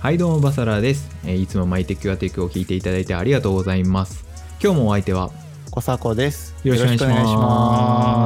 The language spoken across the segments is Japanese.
はいどうもバサラです、えーいつもマイテックアテックを聞いていただいてありがとうございます今日もお相手は小迫です。よろしくお願いしますよろくお願いし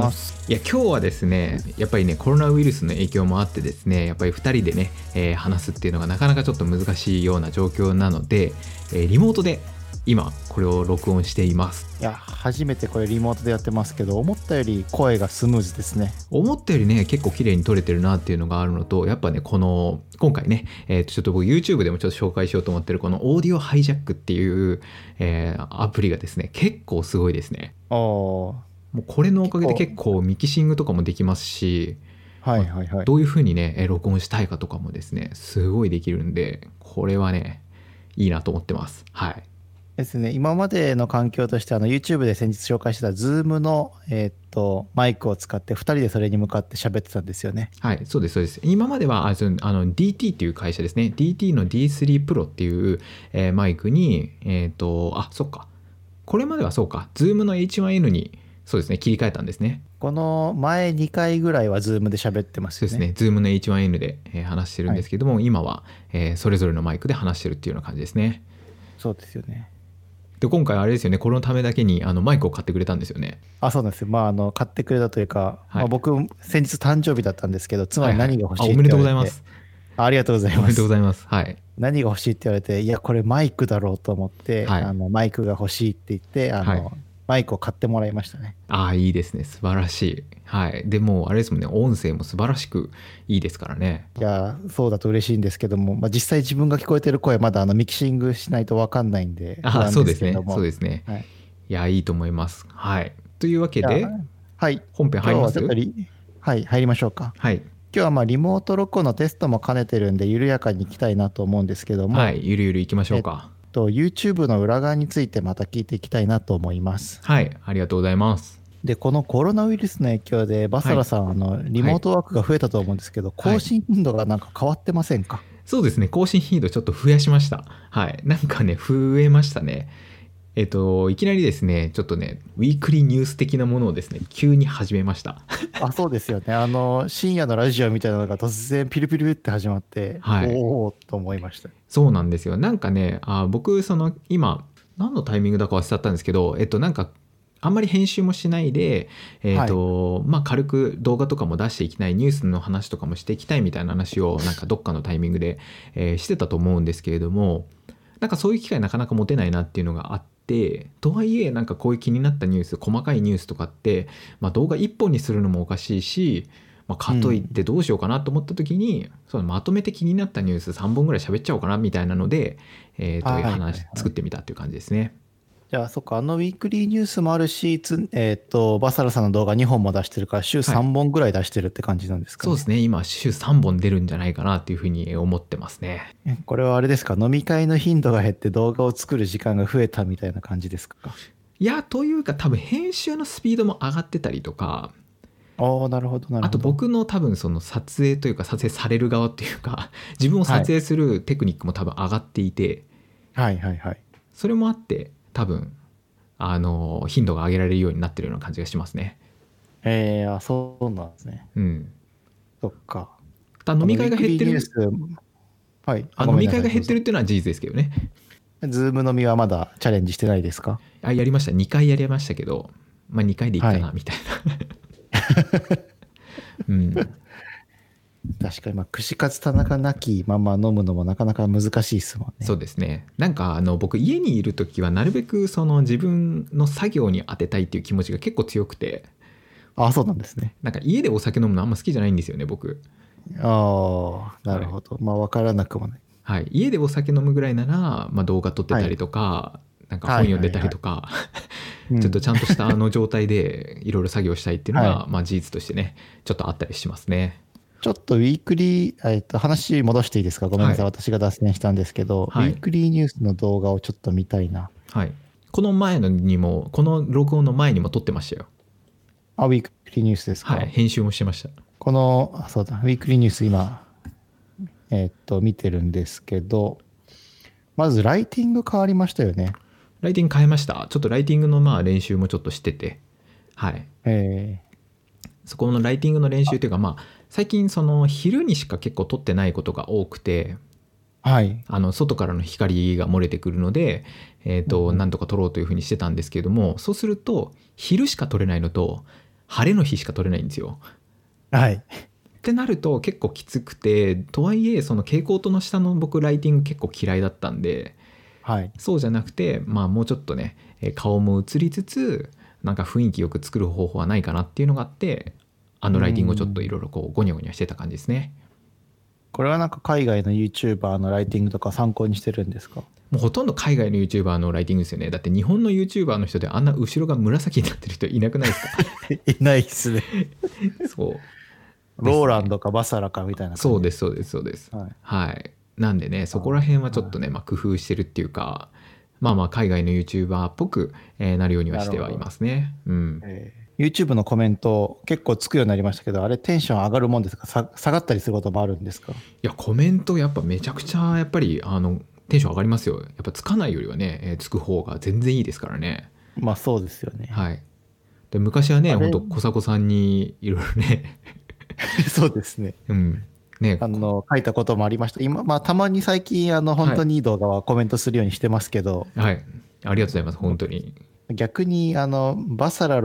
ますいや今日はですねやっぱりねコロナウイルスの影響もあってですねやっぱり2人でね、えー話すっていうのがなかなかちょっと難しいような状況なので、えーリモートで今これを録音していますいや、初めてこれリモートでやってますけど、思ったより声がスムーズですね。思ったよりね結構綺麗に撮れてるなっていうのがあるのとやっぱねこの今回ね、えーとちょっと僕 YouTube でもちょっと紹介しようと思ってるこのオーディオハイジャックっていう、えーアプリがですね結構すごいですねおーもうこれのおかげで結結構ミキシングとかもできますしはいはいはい。どういうふうにねえー録音したいかとかもですねすごいできるんでこれはねいいなと思ってますはいですね、今までの環境として、あの、YouTube で先日紹介してた Zoom の、えーっと、マイクを使って、2人でそれに向かって喋ってたんですよね。はい、そうです、そうです。今まではあそのあの DT っていう会社ですね、DT の D3 Pro っていう、えーマイクに、えっ、と、あ、そっか、これまではそうか、Zoom の H1N に、そうですね、切り替えたんですね。この前2回ぐらいは Zoom で喋ってますそうよですね。ね、Zoom の H1N で、えー話してるんですけども、今は、えーそれぞれのマイクで話してるっていうような感じですね。そうですよね。で、今回あれですよね、このためだけにあのマイクを買ってくれたんですよね。あそうなんですよ。まあ、あの買ってくれたというか、はいまあ、僕、先日誕生日だったんですけど、妻に何が欲しいははっあておめでとう言ごわざいまれて、 す。ありがとうござおいめまでとうご。すざいます。はい。何が欲しいって言われて、いや、これマイクだろうと思って、はいあのマイクが欲しいって言って、あのはいマイクを買ってもらいましたね。ああ、いいですね、素晴らしい。はい。でもう、あれですもんね、音声も素晴らしくいいですからね。いや、そうだと嬉しいんですけども、まあ、実際自分が聞こえてる声、まだあのミキシングしないと分かんないんで、あそうですね。そうでですね。はいいや、いいと思います。はい。というわけいでや、はい、本編入今日りまはすちょっとリはい、入りましょうか。はい。今日はまあリモート録音のテストも兼ねてるんで、緩やかにいきたいなと思うんですけども、はい。ゆるゆるいきましょうか。と YouTube の裏側についてまた聞いていきたいなと思います。はい。ありがとうございます。で、このコロナウイルスの影響で、バサラさん、あのリモートワークが増えたと思うんですけど、はい更新頻度がなんか変わってませんか、そうですね。更新頻度ちょっと増やしました。はい。なんかね、増えましたね。えっと、いきなりですね、ちょっとね、ウィークリーニュース的なものをですね、急に始めました。あそうですよね、あの深夜のラジオみたいなのが突然、ピルピルって始まって、はいおーおーと思いました。そうなんですよ。なんかね、あ僕、その、今、何のタイミングだか忘れちゃったんですけど、えっと、なんか、あんまり編集もしないで、えっと、まあ、軽く動画とかも出していきたい、ニュースの話とかもしていきたいみたいな話を、なんか、どっかのタイミングで、えーしてたと思うんですけれども、なんかそういう機会なかなか持てないなっていうのがあって、とはいえ、なんかこういう気になったニュース、細かいニュースとかって、まあ、動画1本にするのもおかしいし、まあ、かといってどうしようかなと思った時に、そのまとめて気になったニュース3本ぐらい喋っちゃおうかなみたいなので、えーとはいいうはいはい話作ってみたっていう感じですね。じゃあ、そっか、あのウィークリーニュースもあるし、つえっとバサラさんの動画2本も出してるから、週3本ぐらい出してるって感じなんですか、ねそうですね今週3本出るんじゃないかなっていうふうに思ってますね。これはあれですか、飲み会の頻度が減って、動画を作る時間が増えたみたいな感じですか。いやというか多分編集のスピードも上がってたりとかああ、なるほど、なるほど。あと僕の多分その撮影というか撮影される側っていうか 自分を撮影するテクニックも多分上がっていて、はいはいはい。それもあって多分あの頻度が上げられるようになってるような感じがしますね。えー、あそうなんですね。うん、そっか。ただ飲み会が減ってあのるウィークリーニュースはい。あ飲み会が減ってる。るっていうのは事実ですけどね。ズーム飲みはまだチャレンジしてないですかあやりました2回やりましたけど、まあ、2回でいいかはなみたいな。 うん、確かに、まあ、串カツ田中なきまま飲むのもなかなか難しいですもんね。そうですねなんかあの僕家にいる時はなるべくその自分の作業に当てたいっていう気持ちが結構強くてあそうなんですね。なんか家でお酒飲むのあんま好きじゃないんですよね僕、ああ、なるほど。まあ、わからなくもない。はい、家でお酒飲むぐらいなら、まあ、動画撮ってたりとか、なんか本読んでたりとか、うんちょっとちゃんとしたあの状態でいろいろ作業したいっていうのが、はまあ事実としてねちょっとあったりしますね。ちょっとウィークリー、えっと、話戻していいですかごめんなさはい。私が脱線したんですけど、はいウィークリーニュースの動画をちょっと見たいな。はい、この前のにもこの録音の前にも撮ってましたよ。あ、ウィークリーニュースですかはい、編集もしてました。この、あそうだ、ウィークリーニュース今、えーっと、見てるんですけど、まずライティング変わりましたよね。ライティング変えました。ちょっとライティングのまあ練習もちょっとしてて、はい、えそこのライティングの練習というかまあ最近その昼にしか結構撮ってないことが多くてはい。あの外からの光が漏れてくるので、えーとうんうんなんとか撮ろうというふうにしてたんですけれどもそうすると昼しか撮れないのと晴れの日しか撮れないんですよ。はい。ってなると結構きつくてとはいえその蛍光灯の下の僕ライティング結構嫌いだったんではい。そうじゃなくてまあもうちょっとねえー顔も映りつつなんか雰囲気よく作る方法はないかなっていうのがあってあのライティングをちょっといろいろこうゴニョゴニョしてた感じですね。これはなんか海外の YouTuber のライティングとか参考にしてるんですかもうほとんど海外の YouTuber のライティングですよね。だって日本の YouTuber の人であんな後ろが紫になってる人いなくない ですかいないですね。そう。 ローランドかバサラかみたいな感じ。そうです、そうです、そうです。はい。はい。なんでね、そこら辺はちょっとね、まあ、工夫してるっていうか、まあまあ、海外の YouTuber っぽく、えーなるようにはしてはいますね。うん。えー YouTube のコメント結構つくようになりましたけどあれテンション上がるもんですかさ下がったりすることもあるんですかいや、コメントやっぱめちゃくちゃ、やっぱり、あの、テンション上がりますよ。やっぱつかないよりはね、えーつく方が全然いいですからね。まあそうですよね、はい。で昔はね、あれほんと、小迫さんにいろいろね、 そうですねうん。ね、あの書いたこともありました今まあたまに最近あの本当にいい動画はコメントするようにしてますけど、はい。ありがとうございます。本当に。逆にあのバサラ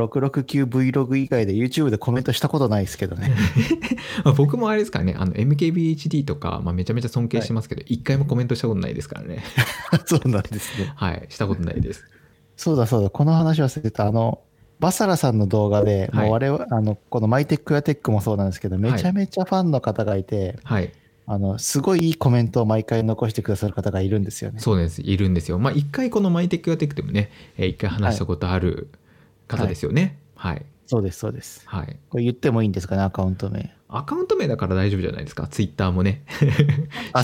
669Vlog 以外で YouTube でコメントしたことないですけどね まあ僕もあれですからね、あの MKBHD とか、まあ、めちゃめちゃ尊敬してますけど、一、回もコメントしたことないですからね。そうなんですねはい。したことない です。そうだそうだこの話忘れてたあのバサラさんの動画で、はいもう我々あのこのマイテックやテックもそうなんですけどめちゃめちゃファンの方がいて、はい。あの、すごいいいコメントを毎回残してくださる方がいるんですよね。そうです。いるんですよ。まあ、一回このマイテックやテックでもね、えー一回話したことある方ですよね。はい。そうです、そうです。はい。これ言ってもいいんですかね、アカウント名。アカウント名だから大丈夫じゃないですか。ツイッターもね。あ、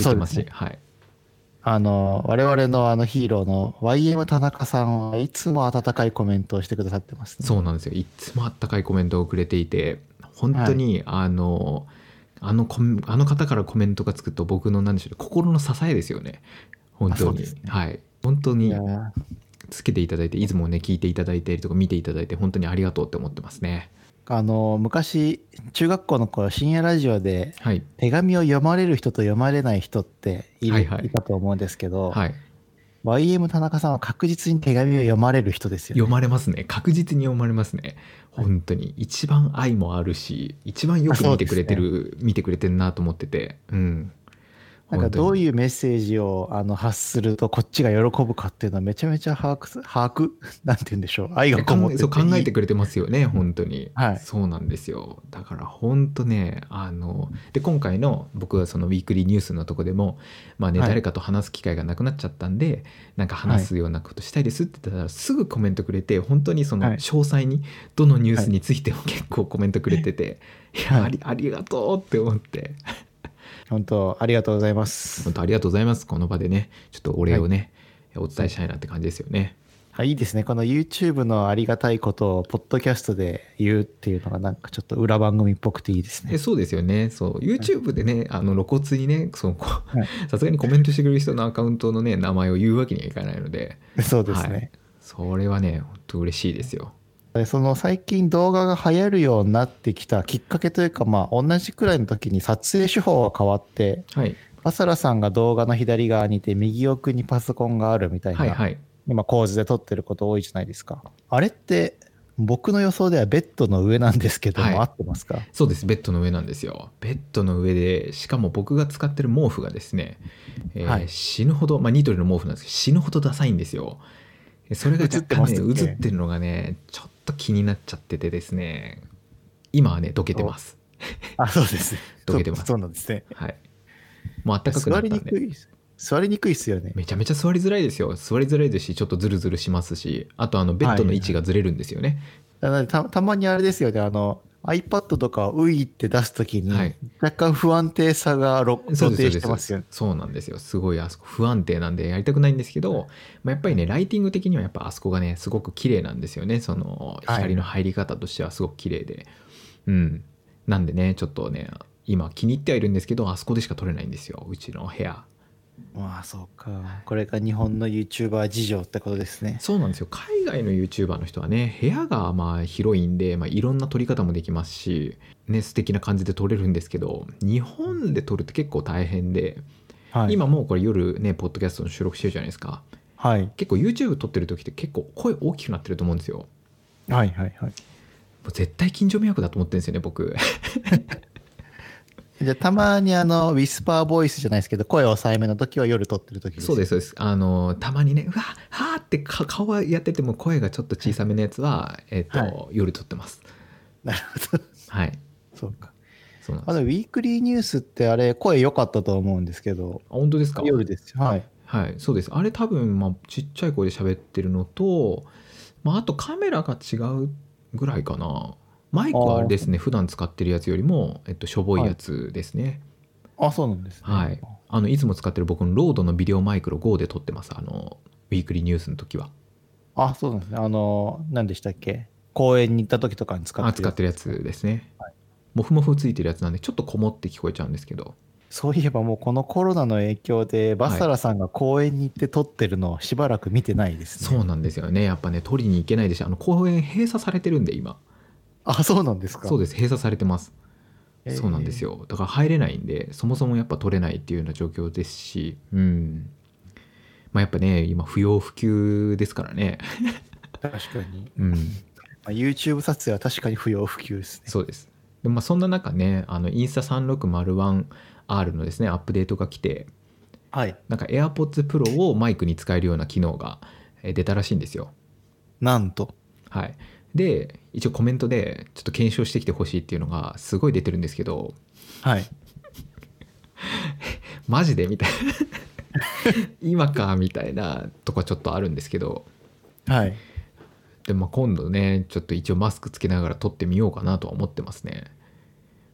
知ってそうでますすしね。。はい。あの、我々のあのヒーローの YM 田中さんはいつも温かいコメントをしてくださってますね。そうなんですよ。いつもあったかいコメントをくれていて、本当に、あの、あのコメあの方からコメントがつくと僕の何でしょうね心の支えですよね。本あそ当うに、ですねはい。本当いにやーつけていただいて、いつもね、聞いていただいているとか見ていただいて、本当にありがとうって思ってますね。あの、昔、中学校の頃、深夜ラジオではい。手紙を読まれる人と読まれない人っている、はいいはいたと思うんですけど、はい。 YM 田中さんは確実に手紙を読まれる人ですよね。読まれますね。確実に読まれますね。はい本当に。一番愛もあるし、一番よく見てくれてる、見てくれてるなと思ってて。うん。なんかどういういうメッセージをあの発するとこっちが喜ぶかっていうのはめちゃめちゃ把握す把握 なんて言うんでしょう愛がこもってそう考えてくくれてますよね本当に、はいそうなんですよだから本当ねあので今回の僕はそのウィークリーニュースのとこでもまあね、はい誰かと話す機会がなくなっちゃったんでなんか話すようなことしたいですって言ったら、すぐコメントくれて本当にそのはい詳細にどのニュースについても結構コメントくれてて、い、はやいありありがとうって思って本当ありがとうございます本当ありがとうございますこの場でねちょっとお礼をね、お伝えしたいなって感じですよねあいいですねこの YouTube のありがたいことをポッドキャストで言うっていうのがなんかちょっと裏番組っぽくていいですえねそうですよねそう YouTube でね、あの露骨にねそのこうはいさすがにコメントしてくれる人のアカウントのね名前を言うわけにはいかないので そうですね、はいそれはね本当嬉しいですよでその最近動画が流行るようになってきたきっかけというかまあ同じくらいの時に撮影手法が変わってはいバサラさんが動画の左側にいて右奥にパソコンがあるみたいな、はいはい今構図で撮ってること多いじゃないですかあれって僕の予想ではベッドの上なんですけども、はい合ってますかそうですベッドの上なんですよベッドの上でしかも僕が使ってる毛布がですね、えーはい死ぬほど、まあ、ニトリの毛布なんですけど死ぬほどダサいんですよそれが映若って干まねすよね映ってるのがねちょっと気になっちゃっててですね今はねどけてますあそうですどけてますそうそうなんですねはいもう暖かくな座ったりんでにくい座りにくいっすよねめちゃめちゃ座りづらいですよ座りづらいですしちょっとズルズルしますしあとあのベッドの位置がずれるんですよね、なのでたたまにあれですよねあの iPad とかウイって出すときに、はい若干不安定さがろそ露うですそう呈してですますよねそうなんですよすごいあそこ不安定なんでやりたくないんですけど、まあ、やっぱりねライティング的にはやっぱあそこがねすごく綺麗なんですよねそのはい光の入り方としてはすごく綺麗で、うんなんでねちょっとね今気に入ってはいるんですけどあそこでしか撮れないんですようちの部屋まあそうかこれが日本の YouTuber 事情ってことですねそうなんですよ海外の YouTuber の人はね部屋がまあ広いんで、まあ、いろんな撮り方もできますしね素敵な感じで撮れるんですけど日本で撮るって結構大変ではい、今もうこれ夜ねポッドキャストの収録してるじゃないですかはい結構 YouTube 撮ってる時って結構声大きくなってると思うんですよもはいはいはう絶対近所迷惑だと思ってるんですよね 僕いじゃあたまにあのウィスパーボイスじゃないですけど声抑えめの時は夜撮ってる時そうですすそうですあのたまにねうわはーってか顔はやってても声がちょっと小さめのやつは、えっとはい夜撮ってますなるほどはい そうかそうなんであすのウィークリーニュースってあれ声良かったと思うんですけどあ本当ですか夜ですはいはい、そうです。あれ多分、まあ、ちっちゃい声で喋ってるのと、まあ、あとカメラが違うぐらいかな。マイクはあれですね、普段使ってるやつよりも、えっと、しょぼいやつですね。あそうなんですねはいあの、いつも使ってる僕のロードのビデオマイクロ GO で撮ってます。あの、ウィークリーニュースの時は。あそうなんですねあの何でしたっけ公園に行った時とかに使ってあ使ってるやつですね。もふもふついてるやつなんで、ちょっとこもって聞こえちゃうんですけど。そういえばもうこのコロナの影響でバッサラさんが公園に行って撮ってるのをしばらく見てないですね、そうなんですよね。やっぱね、撮りに行けないですし、あの、公園閉鎖されてるんで、今。あそうなんですかそうです、閉鎖されてます。へーそうなんですよだから入れないんでそもそもやっぱ取れないっていうような状況ですしうんまあやっぱね今不要不急ですからね確かに、うんまあ、YouTube 撮影は確かに不要不急ですねそうですでまあそんな中ねあのインスタ 3601R のですねアップデートが来てはいなんか AirPods Pro をマイクに使えるような機能がえー出たらしいんですよなんとはいで一応コメントでちょっと検証してきてほしいっていうのがすごい出てるんですけどはいマジでみたいな今かみたいなとこはちょっとあるんですけどはいでまあ今度ねちょっと一応マスクつけながら撮ってみようかなとは思ってますね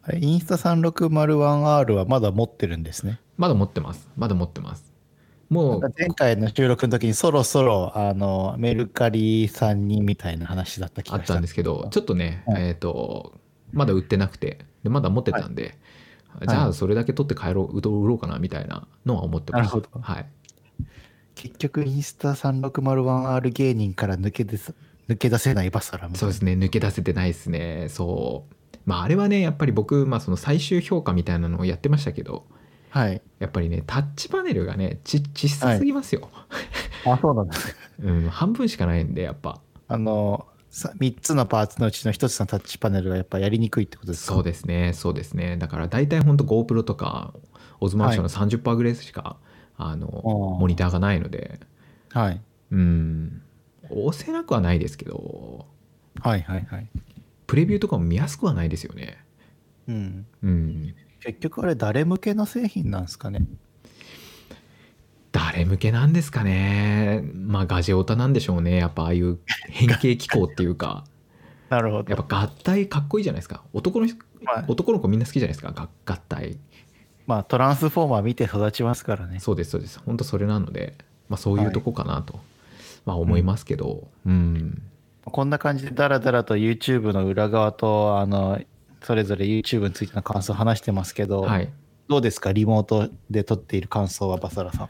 あれインスタ 360R はまだ持ってるんですねまだ持ってますまだ持ってますもう前回の収録の時にそろそろあのメルカリさんにみたいな話だった気あがっしたたんですけどちょっとね、はいえっ、とまだ売ってなくてでまだ持ってたんで、じゃはあいそれだけ撮って帰ろう売ろう売ろうかなみたいなのは思ってますなるほどはい、結局インスタ 360R 芸人から抜け出さ抜け出せないバサラもそうですね抜け出せてないですねそうまああれはねやっぱり僕、まあ、その最終評価みたいなのをやってましたけどはいやっぱりねタッチパネルがねち小さすぎますよ、あそうなんですうん、半分しかないんでやっぱあの3つのパーツのうちの1つのタッチパネルがやっぱやりにくいってことですかそうですねそうですねだから大体ほんと GoPro とかオズマンションの30%ぐらいしか、あのーモニターがないのではいうん押せなくはないですけどはいはいはい、プレビューとかも見やすくはないですよねうん、うん結局あれ誰向けの製品なんですかね誰向けなんですかねまあガジェオタなんでしょうねやっぱああいう変形機構っていうかなるほやっぱ合体かっこいいじゃないですか男の人まあ、男の子みんな好きじゃないですかが合体まあトランスフォーマー見て育ちますからねそうですそうです本当それなので、まあ、そういうとこかなと、まあ、思いますけどうん、こんな感じでダラダラと YouTube の裏側とあのそれぞれ YouTube についての感想を話してますけど、はいどうですかリモートで撮っている感想はバサラさん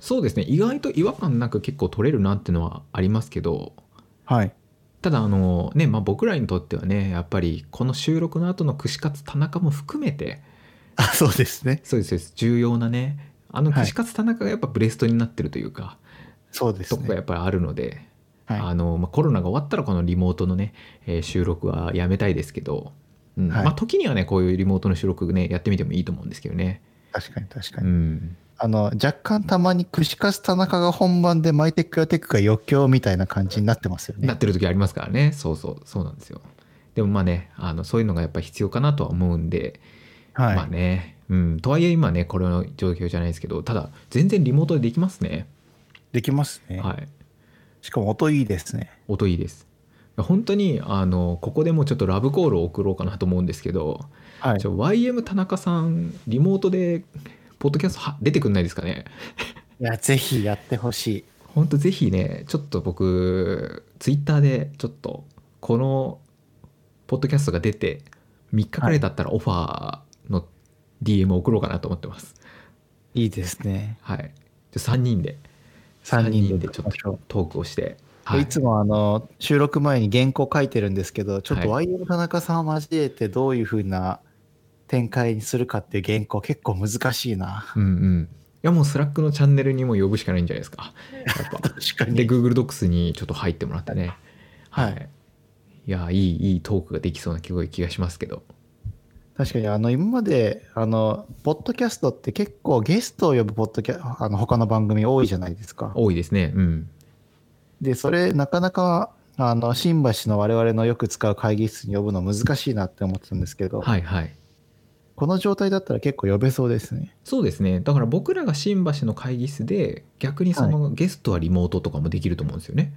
そうですね意外と違和感なく結構取れるなっていうのはありますけどはいただあのね、まあ、僕らにとってはねやっぱりこの収録の後の串カツ田中も含めて あそうですねそうですそうです重要なねあのはい串カツ田中がやっぱブレストになってるというか、そうですとこがねやっぱりあるので、はあのまあ、コロナが終わったらこのリモートのね、えー収録はやめたいですけど、うんはいまあ時にはねこういうリモートの収録ねやってみてもいいと思うんですけどね。い確かに確かうに、ん、あの若干たまに串カツ田中が本番でマイテックやテックが余興みたいな感じになってますよなねってる時ありますからねそうそうそうなんですよ。でもまあねあのそういうのがやっぱり必要かなとは思うんで、はい、まあね、うん、とはいえ今ねこれの状況じゃないですけどただ全然リモートでできますね。できますね、はい、しかも音いいですね音いいです。本当にあのここでもちょっとラブコールを送ろうかなと思うんですけど、はいちょ YM 田中さんリモートでポッドキャストは出てくんないですかねいやぜひやってほしいほんとぜひねちょっと僕ツイッターでちょっとこのポッドキャストが出て3日くらい経ったらオファーの DM を送ろうかなと思ってますいいですねはいじゃ3人で3人三ででちちょょっっととトークをして、い、つもあの収録前に原稿書いてるんですけどちょっとは YM 田中さんを交えてどういうふうな展開にするかっていう原稿結構難しいな うんうんいやもうスラックのチャンネルにも呼ぶしかないんじゃないですかやっぱ確かに。で Google Docs にちょっと入ってもらってねはいいやいいいいトークができそうな気が気がしますけど確かに、あの、今まで、あの、ポッドキャストって結構ゲストを呼ぶポッドキャあの、他の番組多いじゃないですか。多いですねうんで、それ、なかなか、あの、新橋の我々のよく使う会議室に呼ぶの難しいなって思ってたんですけど、はいはいこの状態だったら結構呼べそうですね。そうですねだから僕らが新橋の会議室で逆にその、ゲストはリモートとかもできると思うんですよね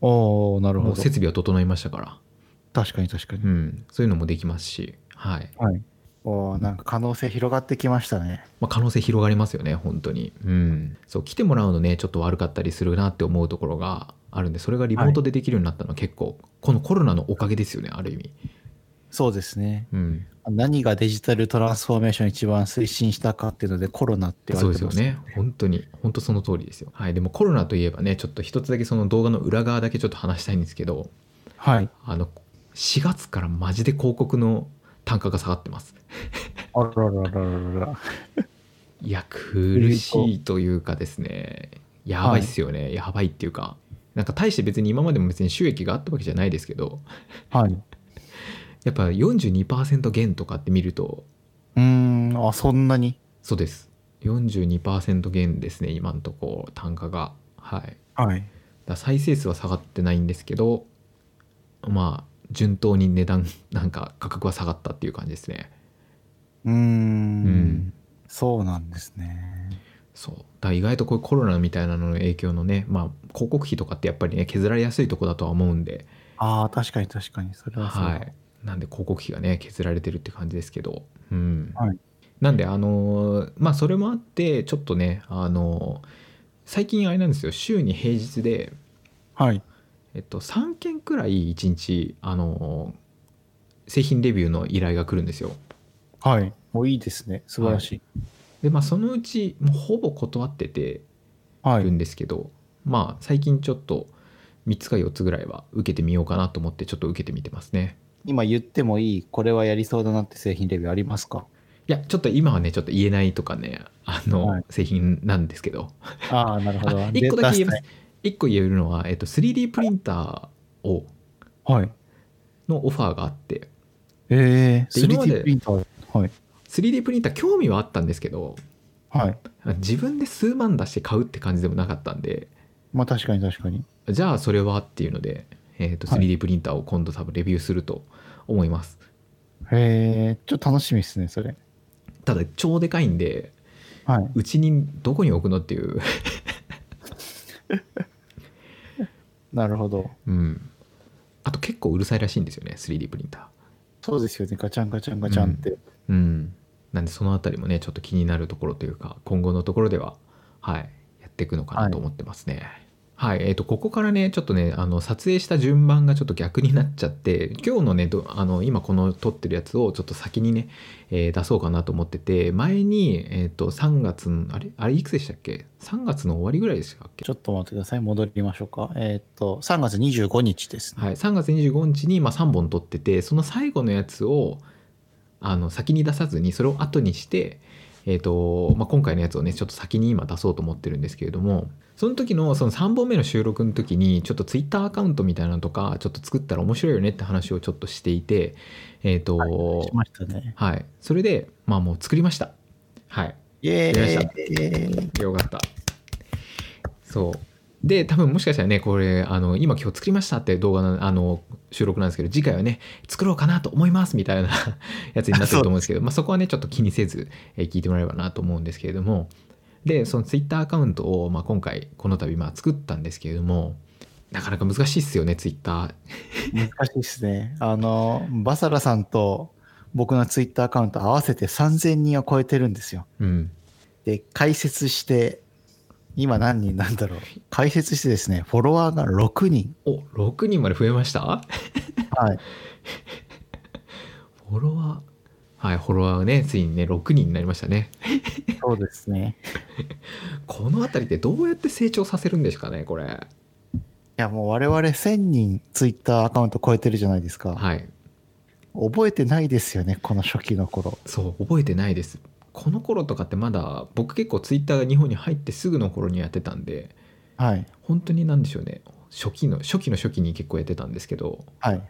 おおなるもほうど。設備は整いましたから、確かに確かにう。ん、そういうのもできますし、はいおーなんか可能性広がってきましたね。まあ、可能性広がりますよね本当に、うん、そう来てもらうのねちょっと悪かったりするなって思うところがあるんでそれがリモートでできるようになったのは結構、このコロナのおかげですよねある意味、そうですね。うん、何がデジタルトランスフォーメーション一番推進したかっていうのでコロナって言そうわれでてすよます。ね本当に本当その通りですよ、はい、でもコロナといえばねちょっと一つだけその動画の裏側だけちょっと話したいんですけどはい。あの4月からマジで広告の単価が下がってますあらららららら。いや苦しいというかですねやばいっすよね、やばいっていうかなんか大して別に今までも別に収益があったわけじゃないですけどはい。うやっぱ42%減とかって見るとーん、あ、そんなに。そうです42%減ですね今んとこ単価がはいだかはい。ら再生数は下がってないんですけどまあ順当に値段 なんか価格は下がったっていう感じですねうーん,、うんそうなんですね。そうだから意外とこういうコロナみたいなのの影響のねまあ広告費とかってやっぱりね削られやすいとこだとは思うんでああ、確かに確かに。それはそうだ。はい、なんで広告費がね削られてるって感じですけど、うんはいなんであのーまあそれもあってちょっとねあのー最近あれなんですよ週に平日で、はい。えっと、3件くらい1日あのー製品レビューの依頼が来るんですよ。はい。もういいですね。素晴らしい。でまあそのうちもうほぼ断っててはいい。るんですけど、まあ最近ちょっと3つか4つぐらいは受けてみようかなと思ってちょっと受けてみてますね。今言ってもいい、これはやりそうだなって製品レビューありますかいやちょっと今はねちょっと言えないとかねあの、はい製品なんですけどああ、なるほど。 1個だけ言えますす。 1個言えるのは、えっと、3D プリンターをはい。のオファーがあってええで今まで 3D プリンター。はい。 3D プリンター興味はあったんですけどはい。自分で数万出して買うって感じでもなかったんでまあ確かに確かに。じゃあそれはっていうので、えっと、はい 3D プリンターを今度多分レビューすると思います、へえ、ちょっと楽しみですね、それ。ただ超でかいんではい。うちにどこに置くのっていう、なるほど。うん、あと結構うるさいらしいんですよね 3D プリンターそうですよね、ガチャンガチャンガチャンって。うん、なんでそのあたりもねちょっと気になるところというか今後のところでは、はい、やっていくのかなと思ってますね。はいえー、とここからねちょっとねあの撮影した順番がちょっと逆になっちゃって今日のねどあの今この撮ってるやつをちょっと先にね、えー出そうかなと思ってて前に、えー、と3月のあれあれいくつでしたっけ3月の終わりぐらいでしたっけちょっと待ってください、戻りましょうか。えーっと、3月25日ですね。はい、3月25日にまあ3本撮っててその最後のやつをあの先に出さずにそれを後にして、えーとまあ、今回のやつをねちょっと先に今出そうと思ってるんですけれどもその時のその3本目の収録の時にちょっとツイッターアカウントみたいなのとかちょっと作ったら面白いよねって話をちょっとしていてえっ、と、しましたね。はい、それでまあもう作りましたはいイエやりまーイよかった。そう。で、多分もしかしたらね、これ、あの、今今日作りましたって動画の、あの、収録なんですけど、次回はね、作ろうかなと思いますみたいな やつになってると思うんですけど、まあそこはね、ちょっと気にせず、えー聞いてもらえればなと思うんですけれども、で、その Twitter アカウントを、まあ今回、この度、まあ作ったんですけれども、なかなか難しいっすよね、Twitter。難しいですね。あの、バサラさんと僕のツイッターアカウント合わせて3000人を超えてるんですよ。うん。で、解説して、今何人なんだろう。解説してですね、フォロワーが6人。お、6人まで増えましたはい。フォロワー。はい、フォロワーがね、ついにね、6人になりましたね。そうですね。この辺りってどうやって成長させるんですかね、これ。いや、もう我々1000人ツイッターアカウント超えてるじゃないですか。はい、覚えてないですよね、この初期の頃。そう覚えてないですこの頃とかってまだ僕結構ツイッターが日本に入ってすぐの頃にやってたんではい本当に何でしょうね初期の初期の初期に結構やってたんですけどはいはい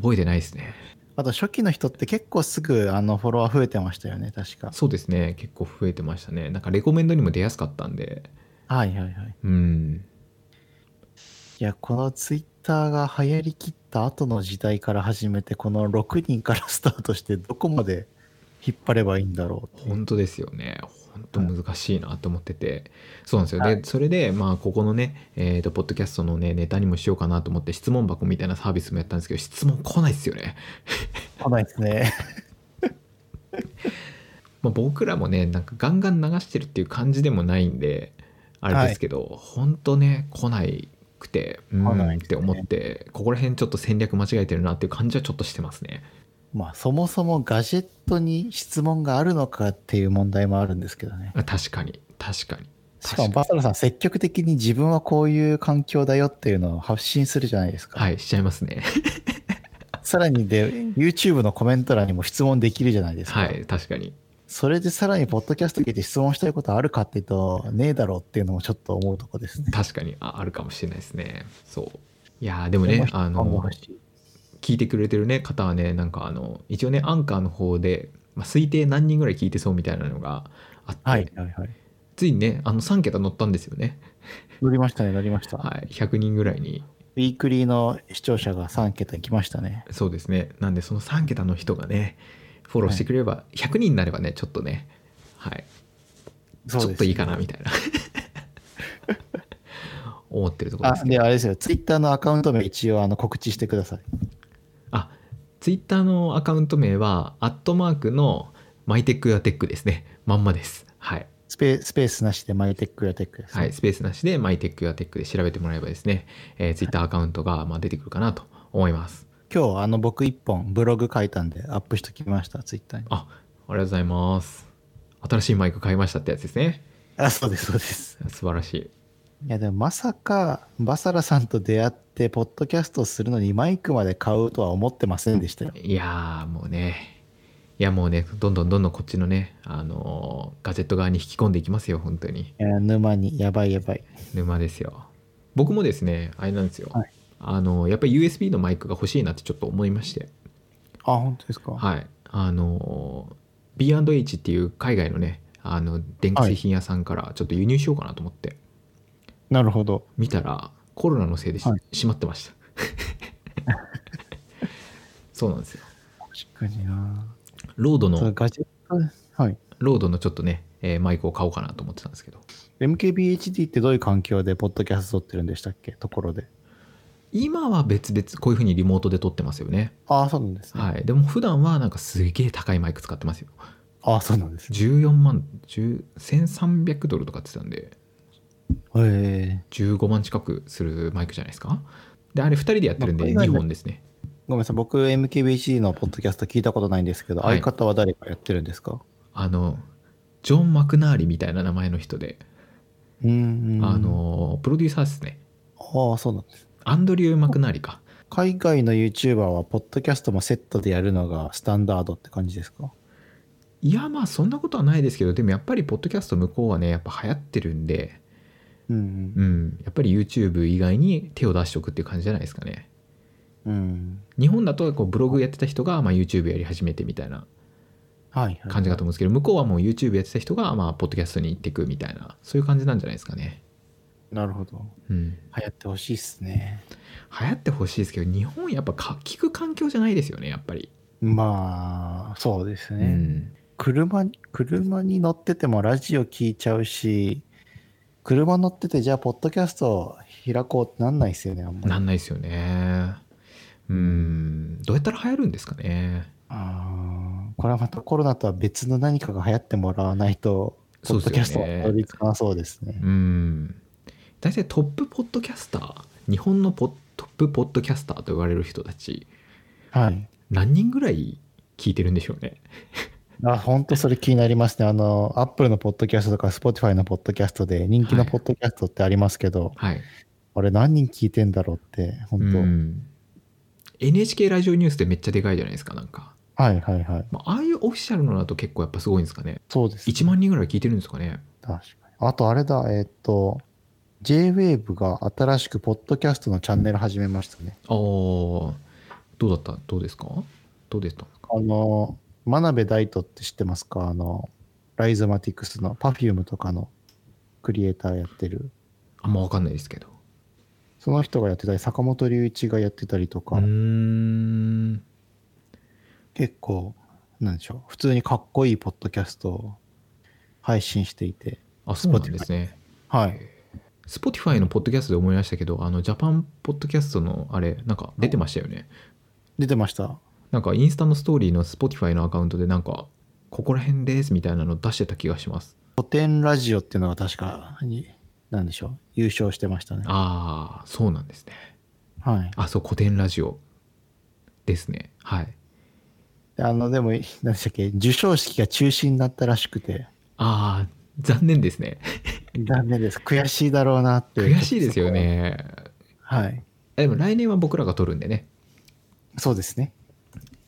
覚えてないですねあと初期の人って結構すぐあのフォロワー増えてましたよね確かそうですね結構増えてましたねなんかレコメンドにも出やすかったんではいはいはいうんいやこのツイッターが流行りきった後の時代から始めてこの6人からスタートしてどこまで引っ張ればいいんだろうっていう本当ですよね本当難しいなと思っててそうなんですよはでいそれでまあここのねえーとポッドキャストのねネタにもしようかなと思って質問箱みたいなサービスもやったんですけど質問来ないですよね来ないですね まあ、僕らもねなんかガンガン流してるっていう感じでもないんであれですけど、本当ね来ないくてう来なんいっですてね思ってここら辺ちょっと戦略間違えてるなっていう感じはちょっとしてますねまあそもそもガジェットに質問があるのかっていう問題もあるんですけどねあ確かに確かにしかもバサラさん積極的に自分はこういう環境だよっていうのを発信するじゃないですか、はいしちゃいますねさらにで YouTube のコメント欄にも質問できるじゃないですか、はい確かにそれでさらにポッドキャスト聞いて質問したいことあるかっていうとねえだろうっていうのもちょっと思うとこですね確かにああるかもしれないですねそういやーでもねあのは聞いてくれてる、ね、方はねなんかあの一応ねアンカーの方で、まあ、推定何人ぐらい聞いてそうみたいなのがあって、いはいはいついにねあの3桁乗ったんですよね乗りましたね乗りました、はい、100人ぐらいにウィークリーの視聴者が3桁に来ましたねそうですねなんでその3桁の人がねフォローしてくれれば、100人になればねちょっとね、はい、ちょっといいかなみたい な思ってるところであすねであれですよツイッターのアカウント名一応あの告知してくださいあツイッターのアカウント名はアットマークのマイテックやテックですねまんまですはい、スペスペースなしでマイテックやテックです、はい、スペースなしでマイテックやテックで調べてもらえばですね、えー、ツイッターアカウントがまあ出てくるかなと思います今日あの僕一本ブログ書いたんでアップしときましたツイッターにあありがとうございます新しいマイク買いましたってやつですねあそうですそうです素晴らしいいやでもまさかバサラさんと出会ってポッドキャストをするのにマイクまで買うとは思ってませんでしたよいやーもうねいやもうねどんどんどんどんこっちのねあのーガジェット側に引き込んでいきますよ本当にいや沼にやばいやばい沼ですよ僕もですねあれなんですよ、はいあのーやっぱり USB のマイクが欲しいなってちょっと思いましてあ本当ですかはいあのー B&H っていう海外のねあの電気製品屋さんからちょっと輸入しようかなと思ってなるほど見たらコロナのせいでし、はい閉まってました そうなんですよ確かになロードそうのガジェットはいロードのちょっとね、えーマイクを買おうかなと思ってたんですけど MKBHD ってどういう環境でポッドキャスト撮ってるんでしたっけところで今は別々こういう風にリモートで撮ってますよね、ああそうなんですね、はいでも普段はなんかすげえ高いマイク使ってますよああそうなんですね14万10 1300ドルとかって言ってたんでへえ15万近くするマイクじゃないですかであれ2人でやってるんでまあこれ以外2の本ですねごめんなさい僕 MKBHD のポッドキャスト聞いたことないんですけど、はい相方は誰かやってるんですかあのジョン・マクナーリみたいな名前の人で、うんうんあのプロデューサーですねああそうなんですアンドリュー・マクナーリか海外の YouTuber は、ポッドキャストもセットでやるのがスタンダードって感じですかいやまあそんなことはないですけどでもやっぱりポッドキャスト向こうはねやっぱ流行ってるんでうんうんやっぱり YouTube 以外に手を出しておくっていう感じじゃないですかねうん。うん。日本だとこうブログやってた人がまあ YouTube やり始めてみたいなはい、はい。感じかと思うんですけど向こうはもう YouTube やってた人がまあポッドキャストに行ってくみたいなそういう感じなんじゃないですかね。なるほど。うん、流行ってほしいっすね。流行ってほしいですけど日本やっぱか聞く環境じゃないですよねやっぱり。まあ、そうですうね。ん、車に、車に乗っててもラジオ聞いちゃうし、車乗ってて、じゃあ、ポッドキャスト開こうってなんないっすよね、あんまり。なんないですよね。うんどうやったら流行るんですかね。あーこれはまたコロナとは別の何かが流行ってもらわないと、ポそうッですドよねキャストは取りつかなそうですね。うん大体トップポッドキャスター日本のポットップポッドキャスターと言われる人たちはい。何人ぐらい聞いてるんでしょうね。あ、本当それ気になりますね。あの、アップルのポッドキャストとか、スポティファイのポッドキャストで、人気のはいポッドキャストってありますけど、はいあれ何人聞いてんだろうって、本当、うん、NHK ラジオニュースでめっちゃでかいじゃないですかなんかはいはいはい。まあ、ああいうオフィシャルのだと結構やっぱすごいんですかねそうです、 1万人ぐらい聞いてるんですかね確かに。あとあれだ、えーっと、JWAVE が新しくポッドキャストのチャンネル始めましたね。ああどうだったどうですかどうでしたんですかあの、真鍋大斗って知ってますかあの、ライズマティクスの Perfume とかのクリエイターやってる。あんま分かんないですけどその人がやってたり、坂本龍一がやってたりとうか、ーん結構、なんでしょう、普通にかっこいいポッドキャストを配信していて、あそうなんですねはい。 Spotify のポッドキャストで思い出したけどあのジャパンポッドキャストのあれなんか出てましたよね出てました。なんかインスタのストーリーの Spotify のアカウントでなんかここら辺ですみたいなの出してた気がします古典ラジオっていうのが確かに、なんでしょう、優勝してましたね。ああそうなんですねはい。あそう古典ラジオですねはいあの、でも、何でしたっけ、授賞式が中止になったらしくて、ああ残念ですね残念です。悔しいだろうなって。悔しいですよ。ねはい。でも来年は僕らが撮るんでねそうですね。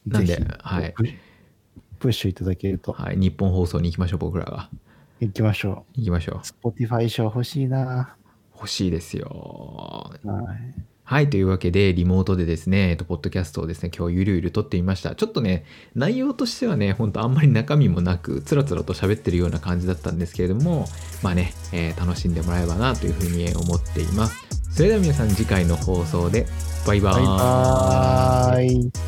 なんでぜひはいププッシュいただけると。はい日本放送に行きましょう僕らが行きましょ行きましょうう。Spotify 賞欲しいな。欲しいですよはい。はい。というわけで、リモートでですね、えっと、ポッドキャストをですね、今日ゆるゆる撮ってみました。ちょっとね、内容としてはね、ほんとあんまり中身もなく、つらつらと喋ってるような感じだったんですけれども、まあね、えー楽しんでもらえればなというふうに思っています。それでは皆さん次回の放送で、バイババイーイ。バーイ。